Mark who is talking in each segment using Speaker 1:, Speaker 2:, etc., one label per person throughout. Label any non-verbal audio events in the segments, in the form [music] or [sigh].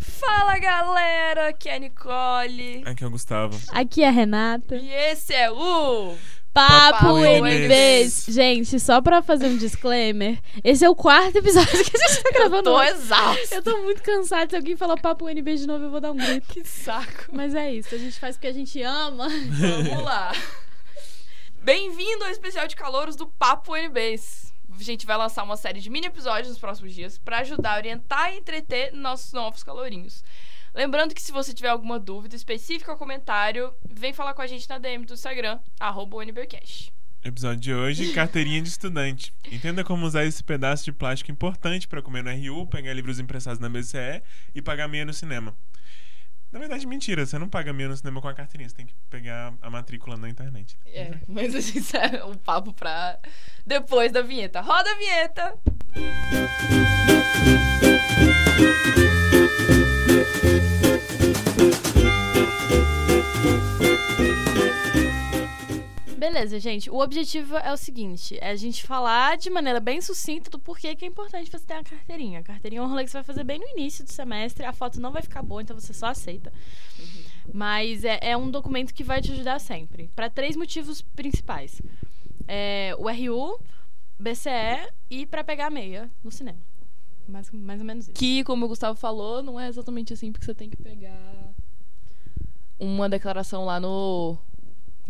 Speaker 1: Fala galera, aqui é a Nicole.
Speaker 2: Aqui é o Gustavo.
Speaker 3: Aqui é a Renata.
Speaker 1: E esse é o.
Speaker 3: Papo
Speaker 1: Papo
Speaker 2: MVs.
Speaker 3: MVs. Gente, só pra fazer um disclaimer, esse é o quarto episódio que a gente tá
Speaker 1: [laughs] Eu
Speaker 3: gravando.
Speaker 1: tô assim.
Speaker 3: hoje.
Speaker 1: exausto.
Speaker 3: Eu tô muito cansada. Se alguém falar Papo NB de novo, eu vou dar um grito.
Speaker 1: Que saco.
Speaker 3: Mas é isso, a gente faz porque a gente ama.
Speaker 1: [laughs] Vamos lá. Bem-vindo ao especial de calouros do Papo NBs. A gente vai lançar uma série de mini episódios nos próximos dias pra ajudar a orientar e entreter nossos novos calourinhos. Lembrando que se você tiver alguma dúvida específica ou comentário, vem falar com a gente na DM do Instagram, arroba UNBcast.
Speaker 2: Episódio de hoje, carteirinha de estudante. Entenda como usar esse pedaço de plástico importante pra comer no RU, pegar livros emprestados na BCE e pagar meia no cinema. Na verdade, mentira, você não paga meia no cinema com a carteirinha, você tem que pegar a matrícula na internet.
Speaker 1: É, mas a gente [laughs] é um papo pra depois da vinheta. Roda a vinheta!
Speaker 3: Beleza, gente. O objetivo é o seguinte: é a gente falar de maneira bem sucinta do porquê que é importante você ter a carteirinha. A carteirinha é um rolê que você vai fazer bem no início do semestre, a foto não vai ficar boa, então você só aceita. Mas é, é um documento que vai te ajudar sempre. Para três motivos principais: É, o RU, BCE e para pegar a meia no cinema. Mais, mais ou menos isso.
Speaker 1: Que, como o Gustavo falou, não é exatamente assim, porque você tem que pegar uma declaração lá no.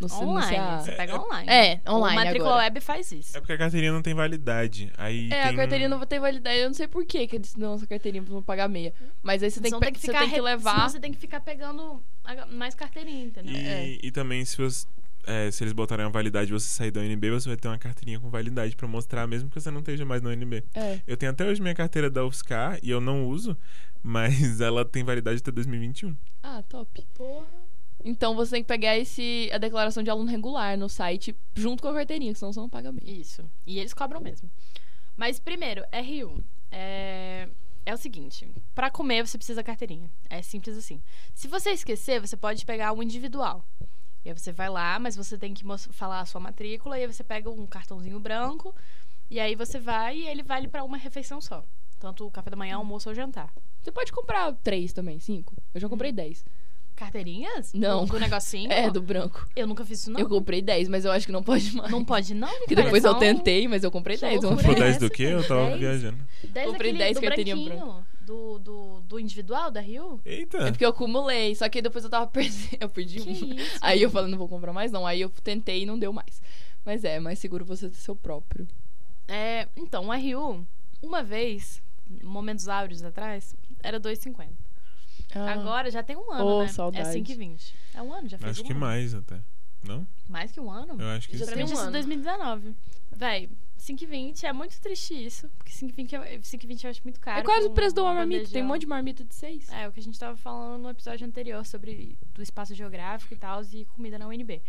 Speaker 1: no no
Speaker 3: Online. Você
Speaker 1: CA.
Speaker 3: pega online.
Speaker 1: É, online.
Speaker 3: O matrícula
Speaker 1: agora.
Speaker 3: web faz isso.
Speaker 2: É porque a carteirinha não tem validade. Aí
Speaker 1: É,
Speaker 2: tem
Speaker 1: a carteirinha não tem validade. Eu não sei por que que eles dão essa carteirinha pra não pagar meia. Mas aí você tem que,
Speaker 3: Senão
Speaker 1: pe- você tem que
Speaker 3: re-
Speaker 1: levar.
Speaker 3: senão você tem que ficar pegando a- mais carteirinha, entendeu?
Speaker 2: E,
Speaker 1: É.
Speaker 2: e também, se, você- é, se eles botarem a validade e você sair da UNB, você vai ter uma carteirinha com validade pra mostrar, mesmo que você não esteja mais na UNB.
Speaker 1: É.
Speaker 2: Eu tenho até hoje minha carteira da UFSCar e eu não uso, mas [laughs] ela tem validade até 2021.
Speaker 1: Ah, top.
Speaker 3: Porra.
Speaker 1: Então você tem que pegar esse, a declaração de aluno regular no site junto com a carteirinha, que senão você não paga meia.
Speaker 3: Isso. E eles cobram mesmo. Mas primeiro, RU. É, é o seguinte: pra comer você precisa da carteirinha. É simples assim. Se você esquecer, você pode pegar um individual. E aí você vai lá, mas você tem que mos- falar a sua matrícula, e aí você pega um cartãozinho branco, e aí você vai e ele vale pra uma refeição só. Tanto o café da manhã, almoço ou jantar.
Speaker 1: Você pode comprar três também, cinco. Eu já
Speaker 3: Hum.
Speaker 1: comprei dez.
Speaker 3: Carteirinhas?
Speaker 1: Não.
Speaker 3: Do negocinho?
Speaker 1: [laughs] É, do branco.
Speaker 3: Eu nunca fiz isso, não.
Speaker 1: Eu comprei dez, mas eu acho que não pode mais.
Speaker 3: Não pode, não?
Speaker 1: Que depois
Speaker 3: Olha,
Speaker 1: eu
Speaker 3: são
Speaker 1: tentei, mas eu comprei
Speaker 3: Que
Speaker 1: 10.
Speaker 3: loucura.
Speaker 2: Por
Speaker 3: Por
Speaker 2: 10
Speaker 3: É essa, é
Speaker 2: do que? Eu
Speaker 3: cara?
Speaker 2: tava
Speaker 3: 10?
Speaker 2: viajando.
Speaker 3: Dez
Speaker 1: Comprei
Speaker 3: daquele-
Speaker 1: dez
Speaker 3: do
Speaker 1: carteirinha
Speaker 3: branquinho, Do, do, do individual da Rio?
Speaker 2: Eita!
Speaker 1: É porque eu acumulei, só que depois eu tava [laughs] perdendo. Eu perdi
Speaker 3: Que
Speaker 1: um.
Speaker 3: isso?
Speaker 1: Aí eu falei, não vou comprar mais, não. Aí eu tentei e não deu mais. Mas é, mais seguro você ter seu próprio.
Speaker 3: É, então, o RU, uma vez, momentos áureos atrás, era 2,50.
Speaker 1: Ah,
Speaker 3: Agora já tem um ano,
Speaker 1: Oh,
Speaker 3: né?
Speaker 1: saudade.
Speaker 3: É 5,20. É um ano, já fez
Speaker 2: Acho
Speaker 3: um
Speaker 2: que
Speaker 3: ano.
Speaker 2: mais até. Não?
Speaker 3: Mais que um ano?
Speaker 2: Eu acho que
Speaker 1: Já
Speaker 2: sim.
Speaker 3: Pra mim,
Speaker 1: tem um
Speaker 3: já
Speaker 1: ano.
Speaker 3: é 2019. Véi, 5,20 é muito triste isso. Porque 5,20 eu, 5,20 eu acho muito caro.
Speaker 1: é quase
Speaker 3: pra
Speaker 1: o preço de uma marmita.
Speaker 3: bandejão.
Speaker 1: Tem um monte de marmita de 6.
Speaker 3: É, o que a gente tava falando no episódio anterior sobre do espaço geográfico e tal, e comida na UNB.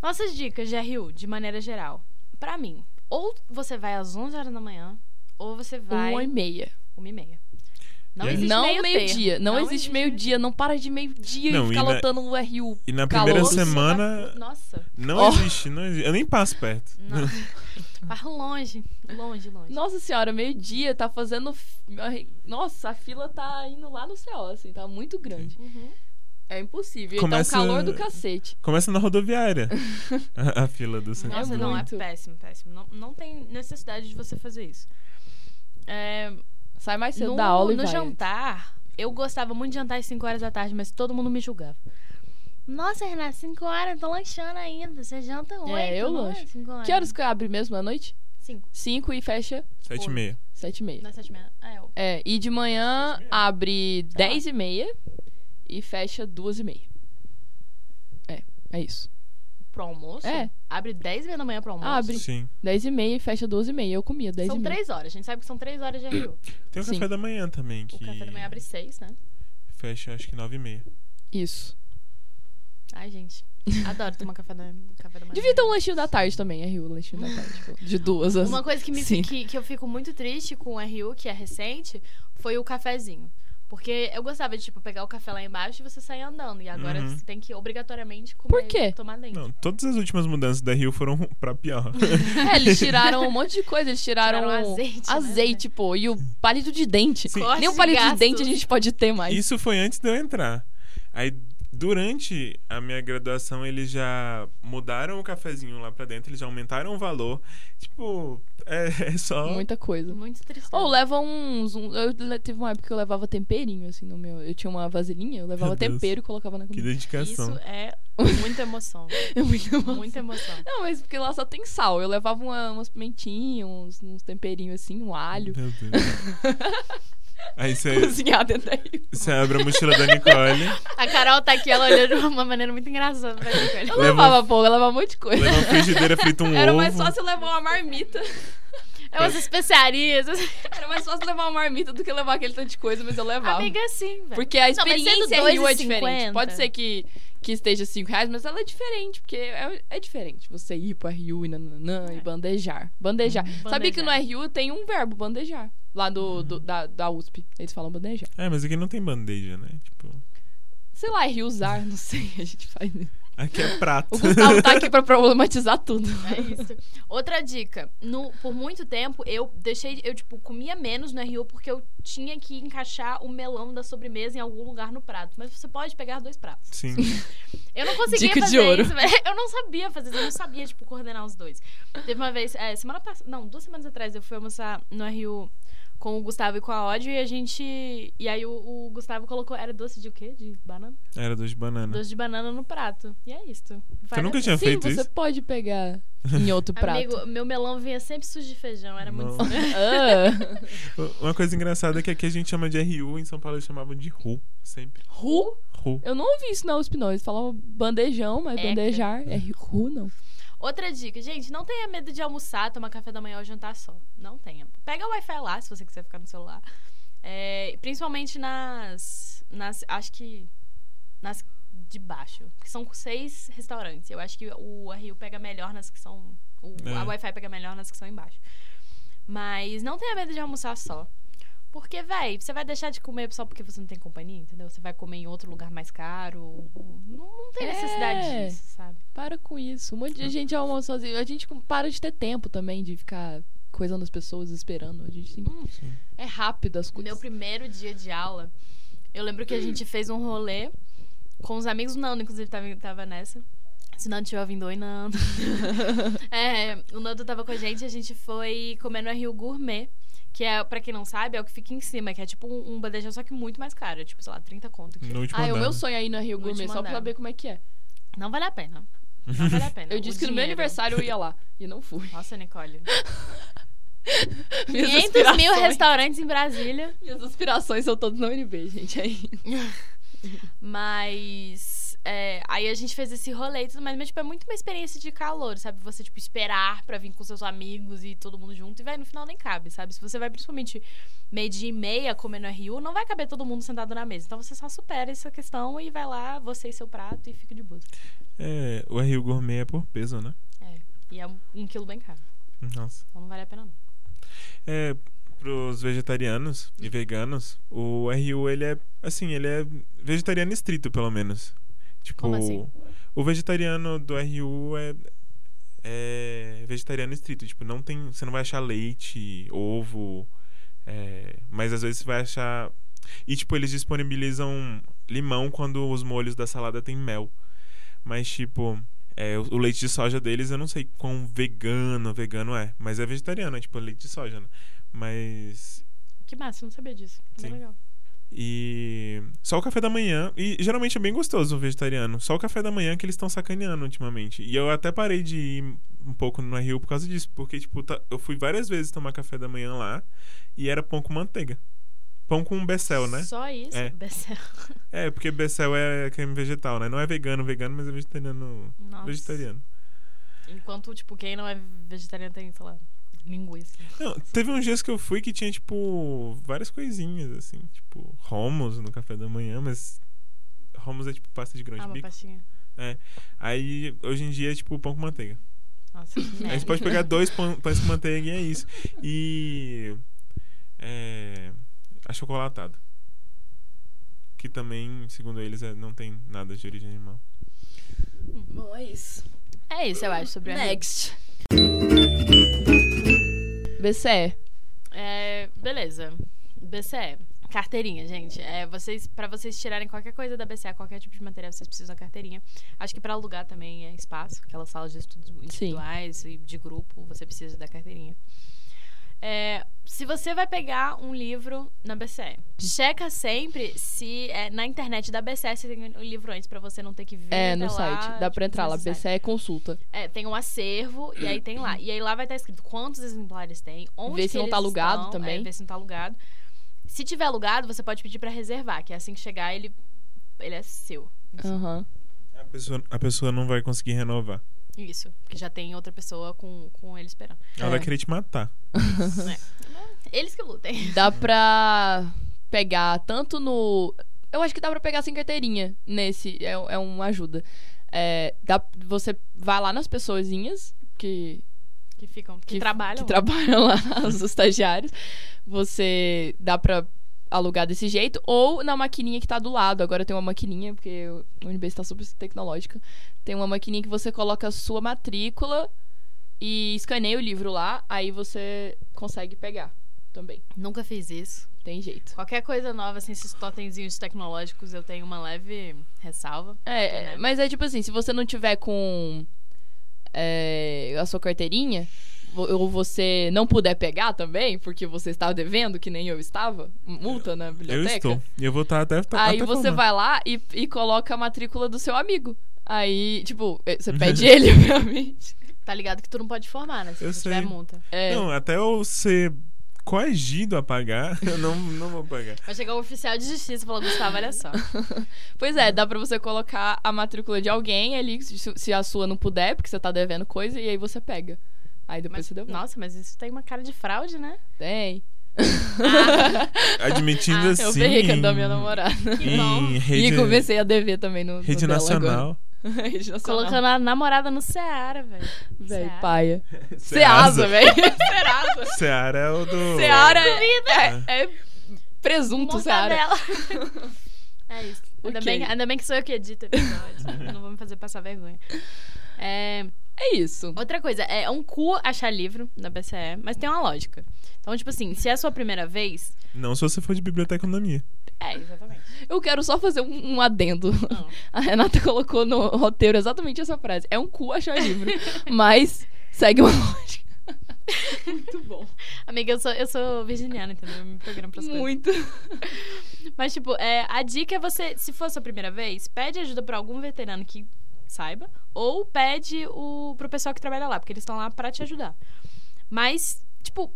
Speaker 3: Nossas dicas de RU, de maneira geral. Pra mim, ou você vai às 11 horas da manhã, ou você vai
Speaker 1: Uma Um e meia.
Speaker 3: uma e meia. Não
Speaker 2: E aí?
Speaker 3: existe
Speaker 1: não
Speaker 3: meio, termo.
Speaker 1: meio-dia. Não, existe meio-dia. Não para de meio-dia e
Speaker 2: Não,
Speaker 1: ficar
Speaker 2: e na-
Speaker 1: lotando o RU.
Speaker 2: E na
Speaker 1: Calor.
Speaker 2: primeira
Speaker 1: Nossa,
Speaker 2: semana.
Speaker 3: Nossa,
Speaker 2: Não
Speaker 1: Ó.
Speaker 2: existe, não existe. Eu nem passo perto.
Speaker 3: não. Vai longe, longe, longe.
Speaker 1: Nossa senhora, meio-dia tá fazendo. f- Nossa, a fila tá indo lá no céu, assim. Tá muito grande.
Speaker 3: Uhum.
Speaker 1: É impossível.
Speaker 2: Começa-
Speaker 1: Então, calor do cacete.
Speaker 2: [laughs] Começa na rodoviária.
Speaker 3: [laughs]
Speaker 2: a, a fila do centro.
Speaker 3: Nossa, não, é
Speaker 1: muito.
Speaker 3: péssimo, péssimo. Não, não tem necessidade de você fazer isso. É,
Speaker 1: Sai mais cedo
Speaker 3: no,
Speaker 1: da aula e
Speaker 3: no
Speaker 1: vai.
Speaker 3: jantar, eu gostava muito de jantar às 5 horas da tarde, mas todo mundo me julgava. Nossa, Renata, 5 horas, eu tô lanchando ainda. Você janta oito,
Speaker 1: É, eu
Speaker 3: não
Speaker 1: lancho.
Speaker 3: cinco horas.
Speaker 1: Que horas que abre mesmo? À noite?
Speaker 3: 5.
Speaker 1: 5 e fecha
Speaker 2: Sete e meia.
Speaker 1: 7 e meia.
Speaker 3: Não é 7 meia. É, eu.
Speaker 1: É, e de manhã
Speaker 2: Seis e meia.
Speaker 1: abre 10 e meia e fecha 2 e meia. É, é isso.
Speaker 3: Pro almoço?
Speaker 1: É.
Speaker 3: Abre 10 da manhã pro almoço?
Speaker 1: Abre.
Speaker 2: Sim.
Speaker 1: 10 e meia e fecha 12 e meia. Eu comia 10
Speaker 3: São
Speaker 1: e meia.
Speaker 3: 3 horas, a gente sabe que são 3 horas de RU.
Speaker 2: Tem o
Speaker 1: Sim.
Speaker 2: café da manhã também, que
Speaker 3: O café da manhã abre 6, né?
Speaker 2: fecha acho que nove e meia.
Speaker 1: Isso. [laughs]
Speaker 3: Ai, gente. Adoro tomar café da, café da manhã.
Speaker 1: Devia ter um lanchinho da tarde também, é o lanchinho da tarde. tipo, de duas às...
Speaker 3: Uma coisa que, me,
Speaker 1: Sim.
Speaker 3: que, que eu fico muito triste com o RU, que é recente, foi o cafezinho. Porque eu gostava de, tipo, pegar o café lá embaixo e você sair andando. E agora
Speaker 2: Uhum.
Speaker 3: você tem que obrigatoriamente comer
Speaker 1: Por quê?
Speaker 3: e tomar dentro.
Speaker 2: Não, todas as últimas mudanças da Rio foram [laughs] pra pior.
Speaker 1: É, eles tiraram um monte de coisa. Eles tiraram,
Speaker 3: assim. Tiraram azeite, né,
Speaker 1: um azeite, pô. E o palito de dente.
Speaker 2: Sim.
Speaker 3: Corte
Speaker 1: Nem o
Speaker 3: de
Speaker 1: palito de
Speaker 3: gastos.
Speaker 1: dente a gente pode ter mais.
Speaker 2: Isso foi antes de eu entrar. Aí, durante a minha graduação, eles já mudaram o cafezinho lá pra dentro, eles já aumentaram o valor. Tipo, é, [laughs] é só.
Speaker 1: Muita coisa.
Speaker 3: Muito triste.
Speaker 1: Ou leva uns. um- eu le- teve uma época que eu levava temperinho, assim, no meu. Eu tinha uma vasilhinha, eu levava
Speaker 2: Meu Deus.
Speaker 1: tempero e colocava na
Speaker 2: Que
Speaker 1: comida.
Speaker 2: dedicação.
Speaker 3: Isso
Speaker 1: [laughs]
Speaker 3: é muita emoção.
Speaker 1: É [laughs] muito bom.
Speaker 3: muita emoção.
Speaker 1: Não, mas porque lá só tem sal. Eu levava uma, umas pimentinhas, uns, uns temperinhos assim, um alho.
Speaker 2: Meu Deus. Aí
Speaker 1: [laughs]
Speaker 2: você
Speaker 1: Cozinhar dentro daí.
Speaker 2: você abre a mochila da Nicole,
Speaker 3: A Carol tá aqui, ela olhou de uma maneira muito engraçada pra mim.
Speaker 2: [laughs]
Speaker 3: cara.
Speaker 1: Eu
Speaker 2: Leva-
Speaker 1: levava, pô, eu levava um monte de coisa.
Speaker 2: leva uma frigideira, frita um
Speaker 4: Era
Speaker 2: ovo.
Speaker 4: mais fácil levar uma
Speaker 1: [laughs]
Speaker 4: marmita.
Speaker 3: É umas especiarias. essas-
Speaker 4: Era mais fácil levar uma marmita do que levar aquele tanto de coisa, mas eu
Speaker 1: Tá
Speaker 4: levava.
Speaker 3: Amiga, sim, velho.
Speaker 1: Porque a
Speaker 3: Não, mas sendo
Speaker 1: experiência Rio é
Speaker 3: 2,50.
Speaker 1: diferente. Pode ser que, que esteja 5 reais, mas ela é diferente, porque é, é diferente. Você ir pra Rio e nananã, e
Speaker 3: É. Hum,
Speaker 1: bandejar. Bandejar. Sabia
Speaker 3: bandejar.
Speaker 1: que no Rio tem um verbo, bandejar. Lá do, do- da, da USP. Eles falam bandejar.
Speaker 2: É, mas aqui não tem bandeja, né? Tipo,
Speaker 1: Sei lá, é riusar, não sei. [laughs] A gente faz.
Speaker 2: aqui é prato.
Speaker 1: O Gustavo tá aqui pra problematizar tudo.
Speaker 3: É isso. Outra dica. No, por muito tempo, eu deixei. Eu, tipo, comia menos no RU porque eu tinha que encaixar o melão da sobremesa em algum lugar no prato. Mas você pode pegar dois pratos.
Speaker 2: [laughs] Sim.
Speaker 3: Eu não conseguia
Speaker 1: Dica de
Speaker 3: fazer
Speaker 1: ouro.
Speaker 3: isso, velho. [laughs] Eu não sabia fazer isso. Eu não sabia, tipo, coordenar os dois. Teve uma vez, é, semana passada. Não, duas semanas atrás eu fui almoçar no RU com o Gustavo e com a Ódio e a gente. E aí o, o Gustavo colocou. Era doce de o quê? De banana?
Speaker 2: Era doce de banana.
Speaker 3: Doce de banana no prato. E é isso.
Speaker 2: Você nunca tinha
Speaker 1: Sim,
Speaker 2: feito
Speaker 1: Hum. você
Speaker 2: isso?
Speaker 1: pode pegar em outro prato.
Speaker 3: [laughs] Amigo, meu melão vinha sempre sujo de feijão, era muito
Speaker 2: Não.
Speaker 3: estranho.
Speaker 1: Ah,
Speaker 2: Uma coisa engraçada é que aqui a gente chama de RU, em São Paulo eles chamavam de RU, sempre.
Speaker 1: ru?
Speaker 2: RU.
Speaker 1: Eu não ouvi isso na USP, não. Eles falavam bandejão, mas
Speaker 3: Eca.
Speaker 1: bandejar é ru, não.
Speaker 3: Outra dica, gente, não tenha medo de almoçar, tomar café da manhã ou jantar só. Não tenha. Pega o Wi-Fi lá, se você quiser ficar no celular. É, principalmente nas, nas. Acho que. Nas de baixo. Que são seis restaurantes. Eu acho que o Rio pega melhor nas que são. O,
Speaker 2: É.
Speaker 3: A Wi-Fi pega melhor nas que são embaixo. Mas não tenha medo de almoçar só. Porque, véi, você vai deixar de comer só porque você não tem companhia, entendeu? Você vai comer em outro lugar mais caro. Não, não tem
Speaker 1: É.
Speaker 3: necessidade disso, sabe?
Speaker 1: Para com isso. Um monte
Speaker 3: Hum.
Speaker 1: de gente almoça sozinho. A gente com- para de ter tempo também de ficar coisando as pessoas esperando. A gente tem...
Speaker 3: Hum.
Speaker 1: É rápido as
Speaker 3: No
Speaker 1: coisas.
Speaker 3: meu primeiro dia de aula, eu lembro que a gente fez um rolê com os amigos. O Nando, inclusive, tava, tava nessa. Se o Nando estiver ouvindo,
Speaker 1: [laughs]
Speaker 3: oi, Nando. é, o Nando tava com a gente, a gente foi comer no Rio Gourmet. Que é, pra quem não sabe, é o que fica em cima, que é tipo um, um bandejão, só que muito mais caro. É tipo, sei lá, 30 conto. Que...
Speaker 2: No último
Speaker 1: Ah, é o
Speaker 2: andar.
Speaker 1: meu sonho aí na Rio
Speaker 3: No
Speaker 1: Gourmet,
Speaker 3: último
Speaker 1: só pra
Speaker 3: andar.
Speaker 1: saber como é que é.
Speaker 3: Não vale a pena. Não vale a pena.
Speaker 1: Eu
Speaker 3: O
Speaker 1: disse que no meu
Speaker 3: dinheiro-
Speaker 1: aniversário eu ia lá. E não
Speaker 3: [laughs]
Speaker 1: fui.
Speaker 3: Nossa,
Speaker 1: [laughs]
Speaker 3: Nicole.
Speaker 1: Minhas
Speaker 3: 500 mil
Speaker 1: aspirações-
Speaker 3: restaurantes em Brasília.
Speaker 1: Minhas aspirações são todas na UNB, gente. Aí.
Speaker 3: Mas. é, aí a gente fez esse rolê e tudo mais, mas tipo, é muito uma experiência de calor, sabe? Você, tipo, esperar pra vir com seus amigos e todo mundo junto. E vai, no final nem cabe, sabe? Se você vai principalmente meio dia e meia comendo a Rio, não vai caber todo mundo sentado na mesa. Então você só supera essa questão e vai lá, você e seu prato, e fica de boa.
Speaker 2: É, o RU Gourmet é por peso, né?
Speaker 3: E é um, um quilo bem caro.
Speaker 2: Nossa.
Speaker 3: Então não vale a pena, não.
Speaker 2: É, pros vegetarianos e veganos, o RU, ele é, assim, ele é vegetariano estrito, pelo menos. Tipo,
Speaker 3: Como assim?
Speaker 2: o vegetariano do RU é, é vegetariano estrito. Tipo, não tem, você não vai achar leite, ovo, é, mas às vezes você vai achar... E, tipo, eles disponibilizam limão quando os molhos da salada tem mel. Mas, tipo... É, o o leite de soja deles, eu não sei quão vegano, vegano é, mas é vegetariano, é tipo leite de soja, né? Mas.
Speaker 3: Que massa, eu não sabia disso. Bem
Speaker 2: Sim.
Speaker 3: legal.
Speaker 2: E. Só o café da manhã. E geralmente é bem gostoso o vegetariano. Só o café da manhã que eles estão sacaneando ultimamente. E eu até parei de ir um pouco no Rio por causa disso. Porque, tipo, tá- eu fui várias vezes tomar café da manhã lá e era pão com manteiga. Pão com becel, né?
Speaker 3: Só isso?
Speaker 2: É.
Speaker 3: Becel.
Speaker 2: É, porque becel é creme vegetal, né? Não é vegano, vegano, mas é vegetariano.
Speaker 3: Nossa.
Speaker 2: Vegetariano.
Speaker 3: Enquanto, tipo, quem não é vegetariano tem, sei lá, linguiça.
Speaker 2: Não, teve uns dias que eu fui que tinha, tipo, várias coisinhas, assim, tipo, romos no café da manhã, mas. Romos é tipo pasta de grão
Speaker 3: Ah,
Speaker 2: de
Speaker 3: uma
Speaker 2: bico.
Speaker 3: pastinha.
Speaker 2: Aí, hoje em dia, é tipo pão com manteiga. [laughs]
Speaker 3: Nossa, que
Speaker 1: É.
Speaker 3: merda.
Speaker 2: Aí você pode pegar dois pão- pães com manteiga e é isso. E. É. Achocolatado. que também, segundo eles, é- não tem nada de origem animal.
Speaker 5: Bom, é isso.
Speaker 3: É isso, eu acho, sobre a
Speaker 5: Next.
Speaker 1: BCE.
Speaker 3: É, beleza. BCE. Carteirinha, gente. É, vocês, para vocês tirarem qualquer coisa da BCE, qualquer tipo de material, vocês precisam da carteirinha. Acho que para alugar também é espaço, aquelas salas de estudos individuais e de grupo, você precisa da carteirinha. É, se você vai pegar um livro na BCE, checa sempre se é, na internet da BCE você tem o livro antes para você não ter que vir
Speaker 1: É, no
Speaker 3: até lá,
Speaker 1: site. Dá
Speaker 3: tipo,
Speaker 1: pra entrar lá.
Speaker 3: nesse site.
Speaker 1: BCE consulta.
Speaker 3: É, tem um acervo e aí tem lá. E aí lá vai estar escrito quantos exemplares tem, onde
Speaker 1: Vê se
Speaker 3: que
Speaker 1: não
Speaker 3: eles
Speaker 1: tá alugado
Speaker 3: estão,
Speaker 1: também.
Speaker 3: É, vê se não tá alugado. Se tiver alugado, você pode pedir pra reservar, que assim que chegar ele ele é seu.
Speaker 1: Aham.
Speaker 2: A pessoa, a pessoa não vai conseguir renovar.
Speaker 3: Isso, porque já tem outra pessoa com, com ele esperando.
Speaker 2: Ela
Speaker 1: É.
Speaker 2: vai querer te matar.
Speaker 3: Eles que lutem. [laughs]
Speaker 1: Dá pra pegar tanto no. Eu acho que dá pra pegar sem carteirinha nesse. É, é uma ajuda. É, dá, você vai lá nas pessoazinhas que,
Speaker 3: Que ficam, que,
Speaker 1: que
Speaker 3: trabalham.
Speaker 1: que trabalham lá, [laughs] os estagiários. Você dá pra alugar desse jeito ou na maquininha que tá do lado. Agora tem uma maquininha, porque o UNB tá super tecnológica. Tem uma maquininha que você coloca a sua matrícula e escaneia o livro lá, aí você consegue pegar também.
Speaker 3: Nunca fiz isso.
Speaker 1: Tem jeito.
Speaker 3: Qualquer coisa nova, assim, esses totemzinhos tecnológicos, eu tenho uma leve ressalva.
Speaker 1: É,
Speaker 3: Né?
Speaker 1: mas é tipo assim, se você não tiver com é, a sua carteirinha, vo- ou você não puder pegar também, porque você está devendo, que nem eu estava, multa na
Speaker 2: Eu
Speaker 1: biblioteca.
Speaker 2: estou. E eu vou estar até. até
Speaker 1: Aí você
Speaker 2: formar.
Speaker 1: vai lá e, e coloca a matrícula do seu amigo. Aí, tipo, eh,
Speaker 2: [laughs]
Speaker 1: você pede ele, obviamente.
Speaker 3: Tá ligado que tu não pode formar, né? Se
Speaker 2: Eu
Speaker 3: tu
Speaker 2: sei.
Speaker 3: tiver multa.
Speaker 1: É,
Speaker 2: Não, até eu ser coagido a pagar, [laughs] eu não, não vou pagar.
Speaker 3: Vai chegar o oficial de justiça e falar, Gustavo,
Speaker 1: [laughs]
Speaker 3: olha só.
Speaker 1: Pois é, dá pra você colocar a matrícula de alguém ali, se, se a sua não puder, porque você tá devendo coisa, e aí você pega. Aí depois
Speaker 3: Mas-
Speaker 1: você devolve.
Speaker 3: nossa, mas isso tem uma cara de fraude, né?
Speaker 1: [laughs]
Speaker 3: Ah,
Speaker 1: Tem.
Speaker 2: Admitindo assim.
Speaker 1: Ah, Eu ferrei com a da
Speaker 2: em-
Speaker 1: minha namorada.
Speaker 3: Que bom.
Speaker 2: Em rede,
Speaker 1: E comecei a dever também no. no
Speaker 2: rede
Speaker 1: dela agora.
Speaker 2: nacional.
Speaker 1: [laughs] rede nacional.
Speaker 3: Colocando a namorada no Seara, velho.
Speaker 1: Véi,
Speaker 3: Seara.
Speaker 1: paia. Ceasa,
Speaker 2: [laughs]
Speaker 1: velho.
Speaker 3: Esperava.
Speaker 2: Seara é o do.
Speaker 1: Seara é, é presunto, Seara. [laughs]
Speaker 3: Mortadela. É isso. Ainda,
Speaker 1: Ok.
Speaker 3: bem, ainda bem que sou eu que edito o episódio. Não vou me fazer passar vergonha. É,
Speaker 1: É isso.
Speaker 3: outra coisa, é um cu achar livro na BCE, mas tem uma lógica. Então, tipo assim, se é a sua primeira vez.
Speaker 2: Não se você for de biblioteconomia.
Speaker 3: É, exatamente.
Speaker 1: [laughs] Eu quero só fazer um, um adendo.
Speaker 3: Hum.
Speaker 1: A Renata colocou no roteiro exatamente essa frase. É um cu achar
Speaker 3: [laughs]
Speaker 1: livro, mas segue uma lógica. Muito bom.
Speaker 3: Amiga, eu sou, eu sou virginiana, entendeu? Eu me programo pras coisas.
Speaker 1: Muito.
Speaker 3: Mas, tipo, é, a dica é você, se for a sua primeira vez, pede ajuda pra algum veterano que saiba, ou pede o, pro pessoal que trabalha lá, porque eles estão lá pra te ajudar. Mas, tipo,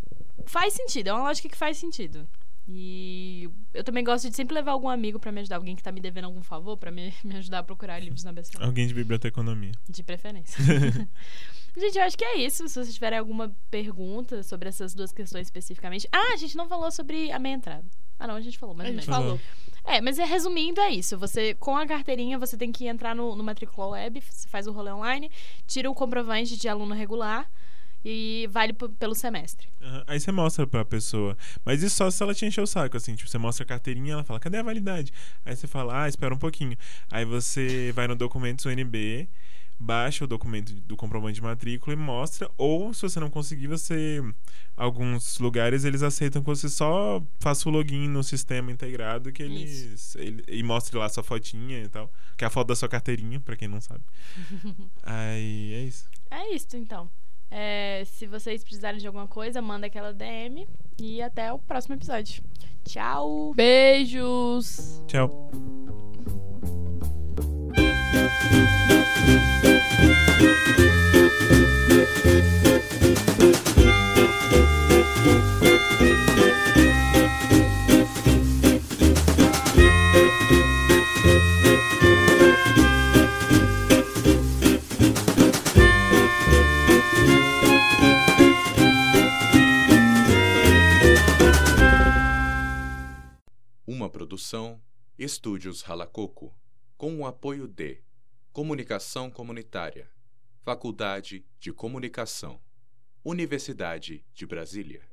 Speaker 3: faz sentido, é uma lógica que faz sentido. E eu também gosto de sempre levar algum amigo pra me ajudar, alguém que tá me devendo algum favor pra me, [laughs] me ajudar a procurar livros na BC.
Speaker 2: Alguém de biblioteconomia.
Speaker 3: De preferência. [laughs] gente, eu acho que é isso. Se vocês tiverem alguma pergunta sobre essas duas questões especificamente. Ah, a gente não falou sobre a meia entrada. Ah, não, a gente falou, mas
Speaker 1: A
Speaker 3: não é.
Speaker 1: gente
Speaker 2: Falou.
Speaker 1: falou.
Speaker 3: É, mas é, resumindo, é isso. Você, com a carteirinha, você tem que entrar no, no Matricula Web, você faz o rolê online, tira o comprovante de aluno regular e vale p- pelo semestre.
Speaker 2: Aham, Aí você mostra pra pessoa. Mas isso só se ela te encher o saco, assim. Tipo, você mostra a carteirinha, ela fala, cadê a validade? Aí você fala, ah, espera um pouquinho. Aí você vai no Documentos UNB, baixa o documento do comprovante de matrícula e mostra. Ou, se você não conseguir, você... Alguns lugares, eles aceitam que você só faça o login no sistema integrado que eles... ele- e mostre lá a sua fotinha e tal. Que é a foto da sua carteirinha, pra quem não sabe. Aí, é isso.
Speaker 3: É isso, então. É, se vocês precisarem de alguma coisa, manda aquela DM e até o próximo episódio. Tchau!
Speaker 1: Beijos.
Speaker 2: Tchau.
Speaker 6: Uma produção Estúdios Ralacoco, com o apoio de Comunicação Comunitária, Faculdade de Comunicação, Universidade de Brasília.